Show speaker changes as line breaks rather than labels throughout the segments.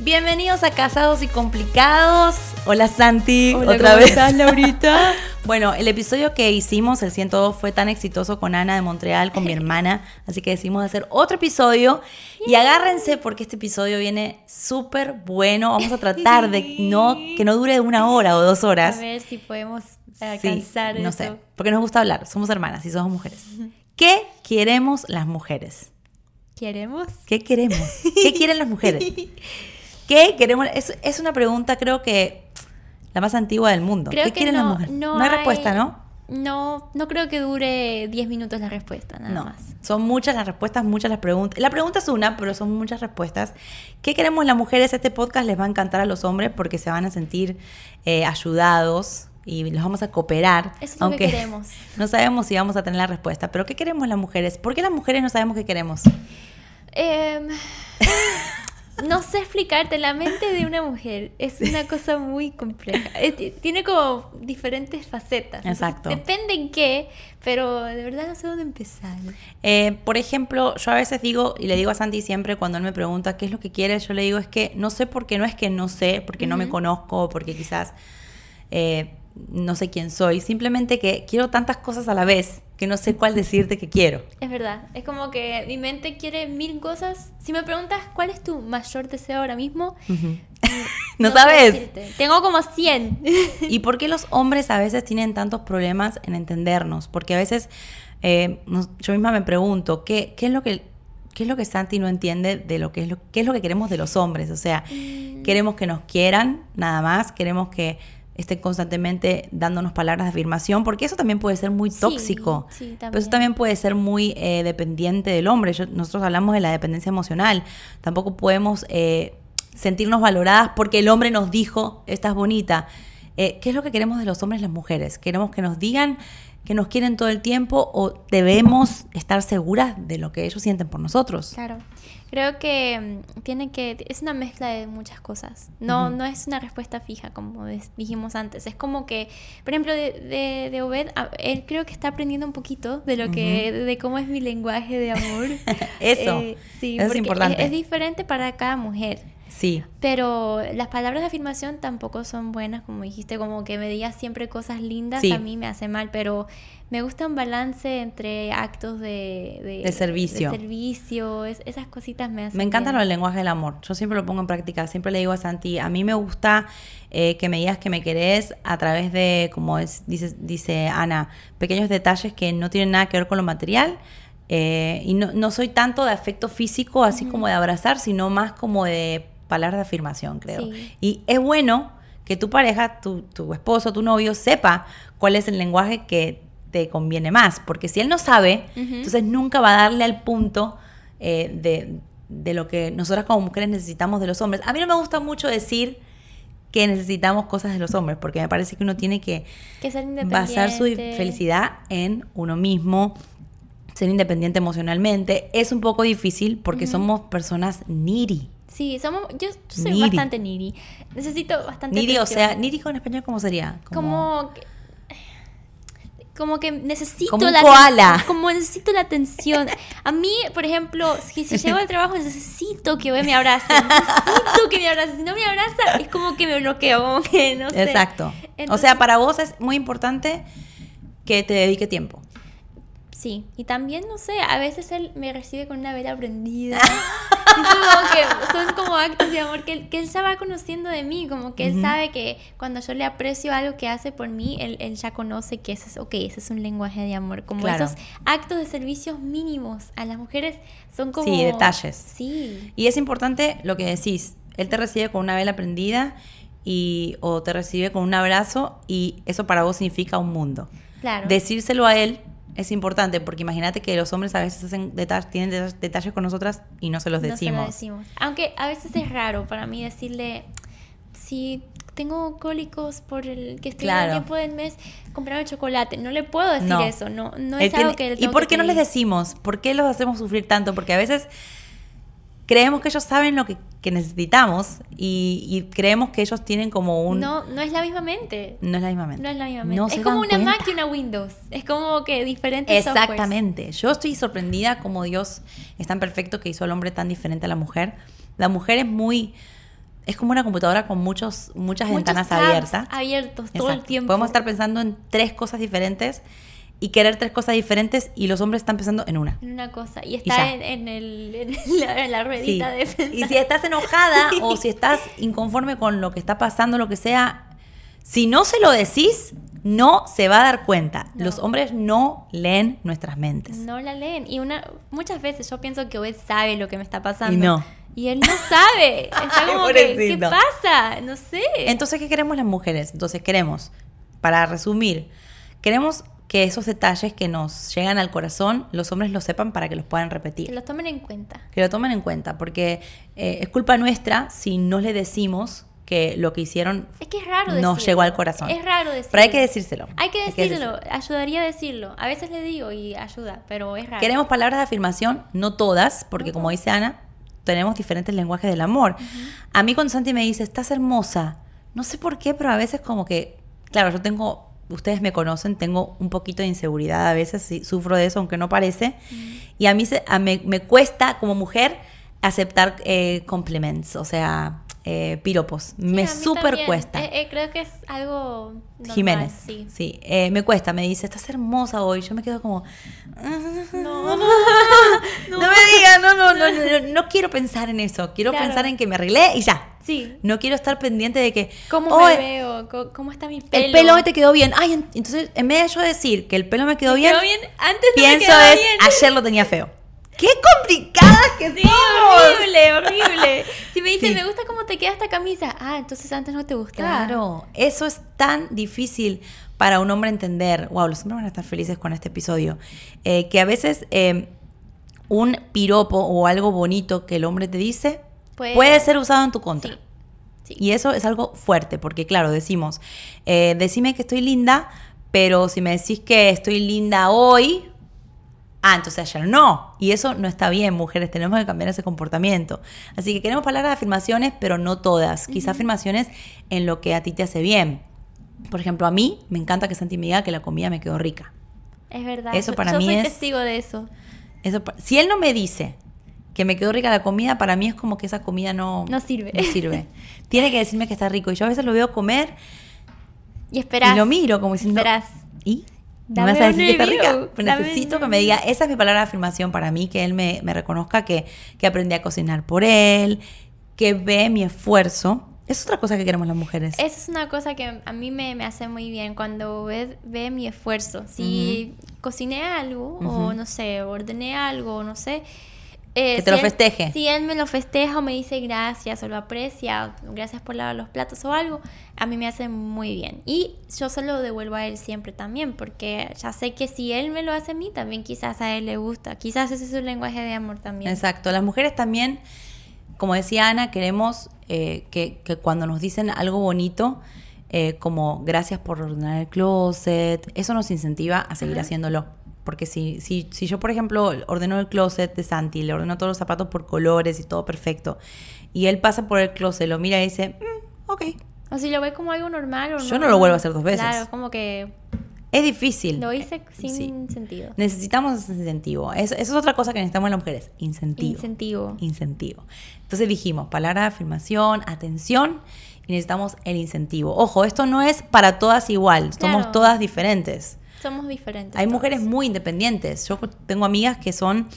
Bienvenidos a Casados y Complicados. Hola Santi,
Hola,
otra
¿cómo
vez.
estás, Laurita?
Bueno, el episodio que hicimos, el 102, fue tan exitoso con Ana de Montreal, con mi hermana, así que decidimos hacer otro episodio. Y agárrense porque este episodio viene súper bueno. Vamos a tratar de no, que no dure una hora o dos horas.
A ver si podemos
Sí,
alcanzar
no
eso.
sé, porque nos gusta hablar, somos hermanas y somos mujeres. ¿Qué queremos las mujeres?
¿Queremos?
¿Qué queremos? ¿Qué quieren las mujeres? ¿Qué queremos? Es, es una pregunta, creo que la más antigua del mundo.
Creo
¿Qué
que
quieren
no-
las mujeres?
no
hay
hay-
respuesta, ¿no?
No, no creo que dure 10 minutos la respuesta, nada
No.
más.
Son muchas las respuestas, muchas las preguntas. La pregunta es una, pero son muchas respuestas. ¿Qué queremos las mujeres? Este podcast les va a encantar a los hombres porque se van a sentir eh, ayudados y los vamos a cooperar.
Eso es lo que queremos.
No sabemos si vamos a tener la respuesta, pero ¿qué queremos las mujeres? ¿Por qué las mujeres no sabemos qué queremos?
Em, no sé explicarte, la mente de una mujer es una cosa muy compleja. Eh, ti- Tiene como diferentes facetas. Entonces,
Exacto.
depende en qué, pero de verdad no sé dónde empezar.
Eh, por ejemplo, yo a veces digo, y le digo a Santi siempre cuando él me pregunta qué es lo que quiere, yo le digo es que no sé porque no es que no sé, porque no me conozco, porque quizás eh, no sé quién soy, simplemente que quiero tantas cosas a la vez que no sé cuál decirte que quiero.
Es verdad, es como que mi mente quiere mil cosas. Si me preguntas cuál es tu mayor deseo ahora mismo,
no
sé
sabes.
decirte. Tengo como 100.
¿Y por qué los hombres a veces tienen tantos problemas en entendernos? Porque a veces eh, nos- yo misma me pregunto, ¿qué, qué es lo que, ¿qué es lo que Santi no entiende de lo que es lo, qué es lo que queremos de los hombres? O sea, queremos que nos quieran, nada más, queremos que estén constantemente dándonos palabras de afirmación, porque eso también puede ser muy
Sí,
tóxico.
sí,
Pero eso
también.
también puede ser muy eh, dependiente del hombre. Yo- nosotros hablamos de la dependencia emocional. Tampoco podemos eh, sentirnos valoradas porque el hombre nos dijo, estás bonita. Eh, ¿Qué es lo que queremos de los hombres y las mujeres? ¿Queremos que nos digan que nos quieren todo el tiempo o debemos estar seguras de lo que ellos sienten por nosotros?
Claro. Creo que mm, tiene que es una mezcla de muchas cosas. No
Ujú.
no es una respuesta fija como des- dijimos antes. Es como que, por ejemplo, de, de, de Obed, a- él creo que está aprendiendo un poquito de lo que de cómo es mi lenguaje de amor. Eh,
Eso,
sí,
eso es
porque
importante.
es diferente para cada mujer.
Sí.
Pero las palabras de afirmación tampoco son buenas, como dijiste, como que me digas siempre cosas lindas,
Sí.
a mí me hace mal, pero me gusta un balance entre actos de,
De servicio.
de servicio, es- esas cositas me hacen
Me encanta lo
bien.
del lenguaje del amor. Yo siempre lo pongo en práctica. Siempre le digo a Santi, a mí me gusta eh, que me digas que me querés a través de, como es- dice, dice Ana, pequeños detalles que no tienen nada que ver con lo material. Eh, y no, no soy tanto de afecto físico, así como de abrazar, sino más como de palabras de afirmación, creo.
Sí.
Y es bueno que tu pareja, tu, tu esposo, tu novio, sepa cuál es el lenguaje que te conviene más. Porque si él no sabe,
Ujú.
entonces nunca va a darle al punto eh, de, de lo que nosotras como mujeres necesitamos de los hombres. A mí no me gusta mucho decir que necesitamos cosas de los hombres, porque me parece que uno tiene que
que ser independiente.
basar su felicidad en uno mismo, ser independiente emocionalmente. Es un poco difícil porque somos personas needy.
Sí, somos, yo, yo soy
Needy.
bastante niri. Necesito bastante
Needy, o
atención.
sea, needy con español, ¿cómo sería?
como que, como que necesito
Como un
la
koala.
atención, como necesito la atención a mí por ejemplo si, si llego al trabajo necesito que me abrace necesito que me abrace si no me abraza es como que me bloqueo como que no sé
Exacto. o
Entonces-
sea, para vos es muy importante que te dedique tiempo.
sí y también no sé a veces él me recibe con una vela prendida Y es como que son como actos de amor que él, que él ya va conociendo de mí, como que él sabe que cuando yo le aprecio algo que hace por mí, él, él ya conoce que ese es, ok, ese es un lenguaje de amor, como
Claro.
esos actos de servicios mínimos a las mujeres son como...
Sí, detalles.
Sí,
Y es importante lo que decís. Él te recibe con una vela prendida y, o te recibe con un abrazo y eso para vos significa un mundo.
claro.
Decírselo a él es importante porque imagínate que los hombres a veces hacen detalles, tienen detalles- detalles con nosotras y no se los
No se lo
decimos.
decimos. Aunque a veces es raro para mí decirle, si tengo cólicos por el que estoy en
Claro.
el tiempo del mes, comprarme chocolate. No le puedo decir
No.
eso, no, no
Él
es algo
tiene-
que... le
¿Y
tengo
por
que
qué no les
pedir.
decimos? ¿Por qué los hacemos sufrir tanto? Porque a veces creemos que ellos saben lo que, que necesitamos y, y creemos que ellos tienen como un...
No, no es la misma mente.
no es la misma mente.
No es la misma mente.
No
es
se
como
dan
una
cuenta.
Mac y una Windows. Es como que diferentes softwares.
Exactamente. Yo estoy sorprendida como Dios es tan perfecto que hizo al hombre tan diferente a la mujer. La mujer es muy es como una computadora con muchos, muchas
Muchos
ventanas
tabs
abiertas.
Abiertos todo el
Exacto.
tiempo.
Podemos estar pensando en tres cosas diferentes y querer tres cosas diferentes y los hombres están pensando en una.
en una cosa. Y
ya.
está en, en el, en la, en la
Sí.
ruedita de pensar.
Y si estás enojada o si estás inconforme con lo que está pasando, lo que sea, si no se lo decís, no se va a dar cuenta.
No.
Los hombres no leen nuestras mentes.
No la leen. Y una, muchas veces yo pienso que Obed sabe lo que me está pasando.
Y no.
Y él no sabe. Está
Ay,
como que, ¿qué
pobrecito.
pasa? No sé.
Entonces, ¿qué queremos las mujeres? Entonces, queremos, para resumir, queremos que esos detalles que nos llegan al corazón, los hombres los sepan para que los puedan repetir.
que los tomen en cuenta.
que lo tomen en cuenta, porque eh, es culpa nuestra si no le decimos que lo que hicieron
Es que es raro decirlo.
nos llegó al corazón.
Es raro decirlo.
Pero hay que decírselo.
Hay que
decirlo.
decirlo. Ayudaría a decirlo. A veces le digo y ayuda, pero es raro.
Queremos palabras de afirmación, no todas, porque
No
como dice Ana, tenemos diferentes lenguajes del amor. A mí cuando Santi me dice, estás hermosa, no sé por qué, pero a veces como que, claro, yo tengo, ustedes me conocen, tengo un poquito de inseguridad a veces, sí, sufro de eso, aunque no parece, y a mí se- a- me, me cuesta como mujer aceptar eh, compliments, o sea, eh, piropos.
Sí,
me
a mí
súper
también.
cuesta.
Eh, eh, creo que es algo. normal,
Jiménez,
Sí.
sí, Eh, me cuesta, me dice, estás hermosa hoy, yo me quedo como,
No,
No me digas, no, no, no, no, no, no quiero pensar en eso. Quiero
Claro.
pensar en que me arreglé y ya.
Sí.
No quiero estar pendiente de que.
¿Cómo
"Oh,
me
eh,
veo? Co- ¿Cómo está mi pelo?
El pelo este me te quedó bien. Ay, en- entonces, en vez de yo decir que el pelo me quedó
¿Me
bien,
quedó bien? Antes no me
pienso
quedaba
es,
bien.
ayer lo tenía feo. ¡Qué complicadas que
Sí,
somos!
horrible, horrible. Si me dicen,
Sí.
me gusta cómo te queda esta camisa. Ah, entonces antes no te gustaba.
Claro, eso es tan difícil para un hombre entender. Wow, los hombres van a estar felices con este episodio. Eh, que a veces eh, un piropo o algo bonito que el hombre te dice
Puede-
puede, ser usado en tu contra.
Sí. sí.
Y eso es algo fuerte, porque claro, decimos, eh, decime que estoy linda, pero si me decís que estoy linda hoy, ah, entonces ayer no. Y eso no está bien, mujeres, tenemos que cambiar ese comportamiento. Así que queremos palabras de afirmaciones, pero no todas. Quizá afirmaciones en lo que a ti te hace bien. Por ejemplo, a mí me encanta que Santi me diga que la comida me quedó rica.
Es verdad.
Eso
Yo-
para
yo
mí
soy
es-
testigo de eso.
Eso pa- si él no me dice que me quedó rica la comida, para mí es como que esa comida no,
No sirve.
no sirve. Tiene que decirme que está rico. Y yo a veces lo veo comer
Y esperás.
Y lo miro como diciendo.
Esperás.
¿Y? ¿Me
Dame
vas a
un
decir que está
review,
rica? Pero
dame un
necesito que
review.
me diga. Esa es mi palabra de afirmación para mí, que él me, me reconozca que, que aprendí a cocinar por él, que ve mi esfuerzo. Es otra cosa que queremos las mujeres.
Esa es una cosa que a mí me, me hace muy bien cuando ve, ve mi esfuerzo. Si cociné algo, o
Ujú.
no sé, ordené algo, o no sé. eh,
Que te lo
él-
festeje.
si él me lo festeja o me dice gracias o lo aprecia, o gracias por lavar los platos o algo, a mí me hace muy bien. Y yo se lo devuelvo a él siempre también, porque ya sé que si él me lo hace a mí, también quizás a él le gusta. Quizás ese es su lenguaje de amor también.
Exacto. Las mujeres también, como decía Ana, queremos eh, que, que cuando nos dicen algo bonito, eh, como gracias por ordenar el closet, eso nos incentiva a seguir
Ajá.
haciéndolo. Porque si, si, si yo, por ejemplo, ordeno el closet de Santi, le ordeno todos los zapatos por colores y todo perfecto, y él pasa por el closet, lo mira y dice, "Mm, ok,
O si lo ve como algo normal o
Yo no lo vuelvo a hacer dos veces.
Claro, como que
es difícil. Eh,
lo hice sin
Sí.
sentido.
Necesitamos ese incentivo. Es- eso es otra cosa que necesitamos las mujeres, incentivo.
Incentivo.
incentivo. Entonces dijimos, palabra de afirmación, atención y necesitamos el incentivo. Ojo, esto no es para todas igual,
Claro.
somos todas diferentes.
Somos diferentes.
Hay
todos.
mujeres muy independientes. Yo tengo amigas que son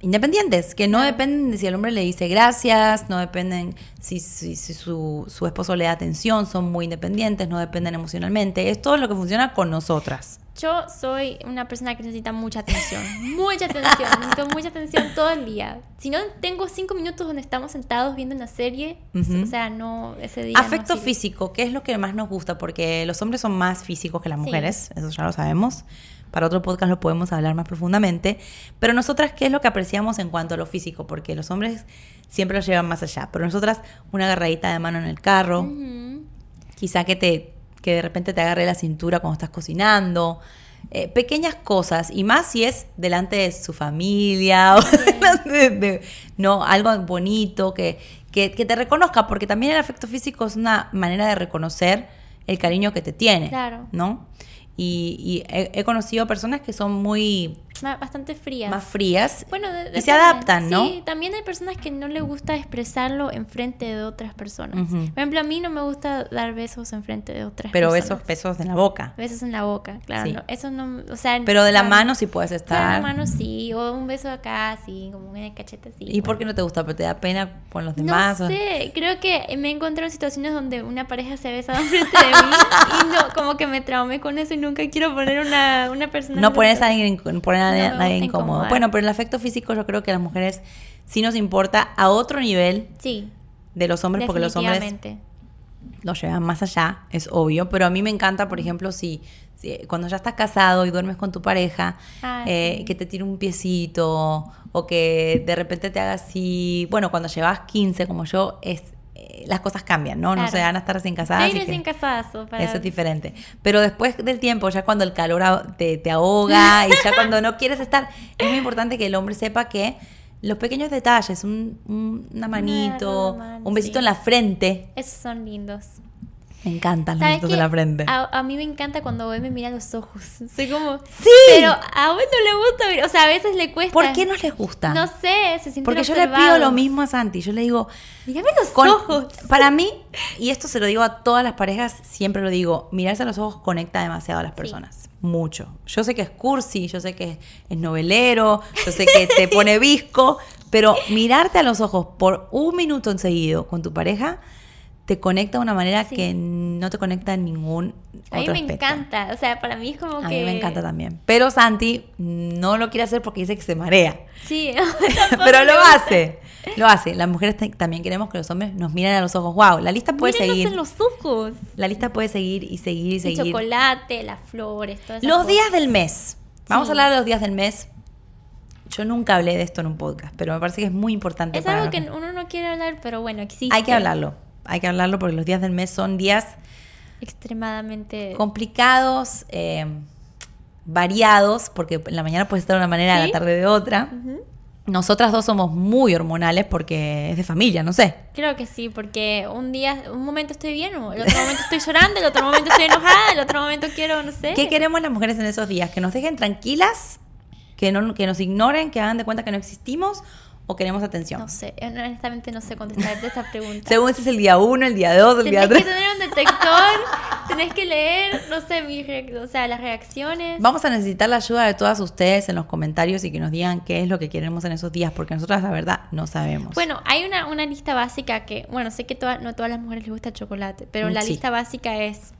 independientes, que no
Claro.
dependen de si el hombre le dice gracias, no dependen si, si- si su, su esposo le da atención, son muy independientes, no dependen emocionalmente. Es todo lo que funciona con nosotras.
Yo soy una persona que necesita mucha atención. mucha atención. Necesito mucha atención todo el día. Si no tengo cinco minutos donde estamos sentados viendo una serie,
Ujú.
o sea, no, ese día. no
Afecto
sirve.
físico, ¿qué es lo que más nos gusta? Porque los hombres son más físicos que las
Sí.
mujeres, eso ya lo sabemos. Para otro podcast lo podemos hablar más profundamente. Pero nosotras, ¿qué es lo que apreciamos en cuanto a lo físico? Porque los hombres siempre lo llevan más allá. Pero nosotras, una agarradita de mano en el carro,
Ujú.
quizá que te que de repente te agarre la cintura cuando estás cocinando. eh, pequeñas cosas, y más si es delante de su familia o delante de, de- no, algo bonito que, que, que te reconozca, porque también el afecto físico es una manera de reconocer el cariño que te tiene,
Claro.
¿no? Y, y he, he conocido personas que son muy
ma- bastante frías.
más frías.
Bueno, de-
y
depende.
se adaptan, ¿no?
Sí, también hay personas que no les gusta expresarlo en frente de otras personas.
Ujú.
Por ejemplo, a mí no me gusta dar besos en frente de otras
Pero
personas.
besos, besos en la boca.
Besos en la boca, claro.
Sí.
no, eso no, o sea,
Pero de la
no-
mano sí puedes
o sea, de
estar.
la mano sí, o un beso acá, así, como una cacheta así.
¿Y
bueno.
por qué no te gusta? ¿Pero te da pena con los
No
demás? ¿O-
sé, creo que me he encontrado en situaciones donde una pareja se ha besado frente de mí y no, como que me traumé con eso y nunca quiero poner una, una persona.
No
en
pones
esa-
a alguien, inc- poner a
No me
nadie,
gusta
nadie incómodo.
incomodar.
Bueno, pero el afecto físico yo creo que a las mujeres sí nos importa a otro nivel
Sí,
de los hombres, porque los hombres
definitivamente.
nos llevan más allá, es obvio, pero a mí me encanta, por ejemplo, si, si- cuando ya estás casado y duermes con tu pareja,
Ah,
eh,
sí.
que te tire un piecito o que de repente te haga así, bueno, cuando llevas 15 como yo, es eh, las cosas cambian, ¿no? No
Claro.
se van a estar recién
Yo
casadas.
iré
así que
sin casazo para...
Eso es diferente. Pero después del tiempo, ya cuando el calor a- te, te ahoga y ya cuando no quieres estar, es muy importante que el hombre sepa que los pequeños detalles, un, un- una manito,
mano,
un besito
sí.
en la frente,
Esos son lindos.
me encantan los
¿Sabes
besitos en
qué?
la frente.
A, a mí me encanta cuando Boe me mira a los ojos. Soy como.
¡Sí!
Pero a Boe no le gusta. mirar- O sea, a veces le cuesta.
¿Por qué no les gusta?
No sé, se siente
Porque yo le pido lo mismo a Santi. Yo le digo,
Dígame los
con-
ojos.
para mí, y esto se lo digo a todas las parejas, siempre lo digo, mirarse a los ojos conecta demasiado a las personas. Mucho. Yo sé que es cursi, yo sé que es, es novelero, yo sé que te pone visco, pero mirarte a los ojos por un minuto enseguido con tu pareja te conecta de una manera
Sí.
que no te conecta en ningún
A mí
otro
me
aspecto.
encanta. O sea, para mí es como
A
que.
mí me encanta también. Pero Santi no lo quiere hacer porque dice que se marea.
Sí.
Pero lo hace. Lo hace. Las mujeres te- también queremos que los hombres nos miren a los ojos. Wow, la lista puede
Puedes seguir.
seguir.
en los ojos.
La lista puede seguir y seguir y
El
seguir.
chocolate, las flores, todas esas
Los
cosas.
días del mes. Vamos
Sí.
a hablar de los días del mes. Yo nunca hablé de esto en un podcast, pero me parece que es muy importante.
Es
para
algo
los-
que uno no quiere hablar, pero bueno, existe.
Hay que hablarlo. Hay que hablarlo porque los días del mes son días
Extremadamente.
complicados, eh, variados, porque en la mañana puede estar de una manera, en la
Sí.
tarde de otra.
Ujú.
Nosotras dos somos muy hormonales porque es de familia, no sé.
Creo que sí, porque un día, un momento estoy bien, o el otro momento estoy llorando, el otro momento estoy enojada, el otro momento quiero, no sé.
¿Qué queremos las mujeres en esos días? ¿Que nos dejen tranquilas? ¿Que, no, que nos ignoren? ¿Que hagan de cuenta que no existimos? ¿O queremos atención?
No sé, honestamente no sé contestarte esta pregunta.
Según si es el día 1, el día 2, el día
Tenés que
3.
tener un detector, tenés que leer, no sé, mis reac- o sea, las reacciones.
Vamos a necesitar la ayuda de todas ustedes en los comentarios y que nos digan qué es lo que queremos en esos días, porque nosotras la verdad no sabemos.
Bueno, hay una, una lista básica que, bueno, sé que toda- no a todas las mujeres les gusta el chocolate, pero
Mm,
la
sí.
lista básica es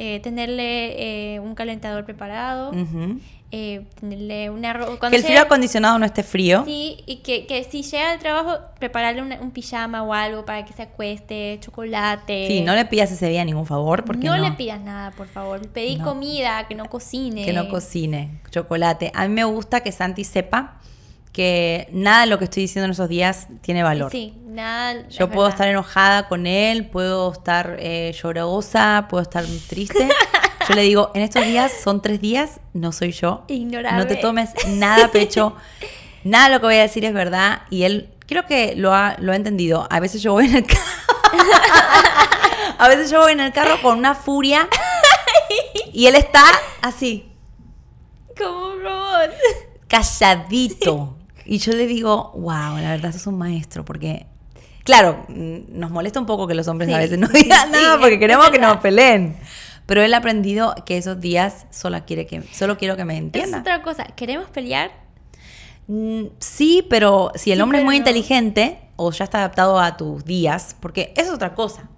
eh, tenerle eh, un calentador preparado,
Ujú.
eh, tenerle una ropa...
Mm. Que el frío acondicionado no esté frío.
Sí, y que, que si llega al trabajo, prepararle una- un pijama o algo para que se acueste, chocolate.
Sí, no le pidas ese día ningún favor, porque
No
no,
le pidas nada, por favor. Pedí
No.
comida, que no cocine.
que no cocine chocolate. A mí me gusta que Santi sepa que nada de lo que estoy diciendo en esos días tiene valor.
Sí, nada.
Yo
es
puedo
verdad.
estar enojada con él, puedo estar eh, llorosa, puedo estar triste. Yo le digo, en estos días son tres días, no soy yo.
Ignorable.
No te tomes nada a pecho. nada de lo que voy a decir es verdad. Y él creo que lo ha, lo ha entendido. A veces yo voy en el carro. a veces yo voy en el carro con una furia. Y él está así,
Como un robot.
calladito. Y yo le digo, wow, la verdad, sos un maestro, porque, claro, mm, nos molesta un poco que los hombres
Sí,
a veces no
sí,
digan
sí,
nada
es
porque queremos que
verdad.
nos peleen. Pero él ha aprendido que esos días solo, quiere que, solo quiero que me
Es
entienda.
otra cosa. ¿Queremos pelear?
Mm, Sí, pero si el
Sí,
hombre es
pero
muy
no.
inteligente o ya está adaptado a tus días, porque es otra cosa.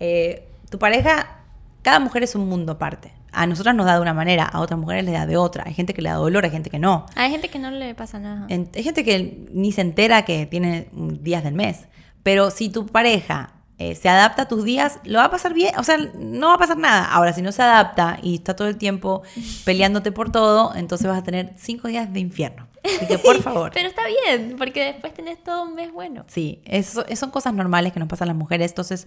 Eh, tu pareja, cada mujer es un mundo aparte. A nosotras nos da de una manera, a otras mujeres les da de otra. Hay gente que le da dolor, hay gente que no.
Hay gente que no le pasa nada.
En- hay gente que ni se entera que tiene mm, días del mes. Pero si tu pareja eh, se adapta a tus días, lo va a pasar bien. O sea, no va a pasar nada. Ahora, si no se adapta y está todo el tiempo peleándote por todo, entonces vas a tener cinco días de infierno. Así que, por favor.
Pero está bien, porque después tenés todo un mes bueno.
Sí, eso, es- son cosas normales que nos pasan a las mujeres. Entonces,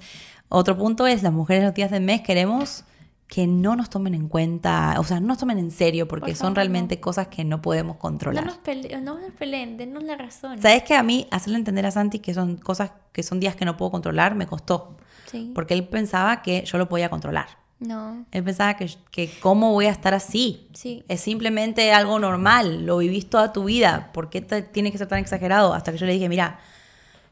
otro punto es, las mujeres los días del mes queremos que no nos tomen en cuenta, o sea, no nos tomen en serio porque
Por
son
favor,
realmente cosas que no podemos
No
controlar.
nos, pele- no nos peleen, denos la razón.
Sabes que a mí hacerle entender a Santi que son cosas que son días que no puedo controlar me costó,
Sí.
porque él pensaba que yo lo podía controlar.
No.
Él pensaba que, que cómo voy a estar así.
Sí.
Es simplemente algo normal, lo vivís toda tu vida, ¿por qué te- tiene que ser tan exagerado? Hasta que yo le dije, mira,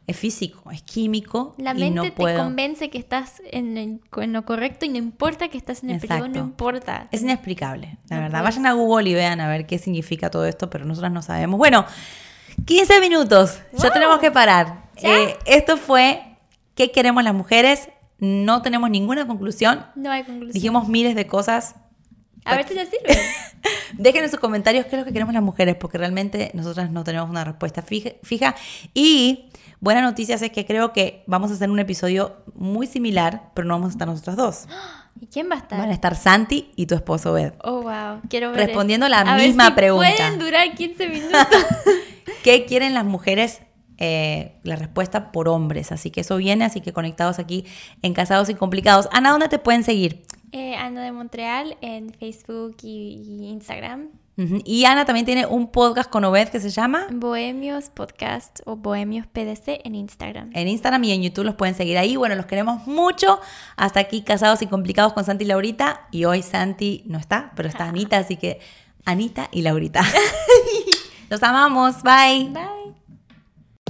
es físico, es químico
La
y
mente
no
te
puedo.
convence que estás en, el- en lo correcto y no importa que estás en el periodo, no
Exacto.
importa.
Es inexplicable, la
No
verdad.
puedes.
Vayan a Google y vean a ver qué significa todo esto, pero nosotras no sabemos. Bueno, 15 minutos. Ya
Wow.
tenemos que parar.
¿Ya?
Eh, esto fue ¿Qué queremos las mujeres? No tenemos ninguna conclusión.
No hay conclusión.
Dijimos miles de cosas.
a ver si te sirve.
Dejen en sus comentarios qué es lo que queremos las mujeres, porque realmente nosotras no tenemos una respuesta fija. fija. Y buenas noticias es que creo que vamos a hacer un episodio muy similar, pero no vamos a estar nosotras dos.
¿Y quién va a estar?
Van a estar Santi y tu esposo Bed.
Oh, wow. Quiero ver.
Respondiendo
eso.
la
A ver
misma
si
pregunta.
Pueden durar 15 minutos.
¿Qué quieren las mujeres? Eh, la respuesta por hombres. Así que eso viene, así que conectados aquí en Casados y Complicados. Ana, ¿dónde te pueden seguir?
Eh, Ana de Montreal en Facebook y, y Instagram.
Ujú. Y Ana también tiene un podcast con Obed que se llama
Bohemios Podcast o Bohemios PDC en Instagram.
en Instagram y en YouTube los pueden seguir ahí. Bueno, los queremos mucho. Hasta aquí Casados y Complicados con Santi y Laurita. Y hoy Santi no está, pero está Anita, así que Anita y Laurita. los amamos. Bye.
Bye.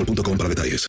para detalles.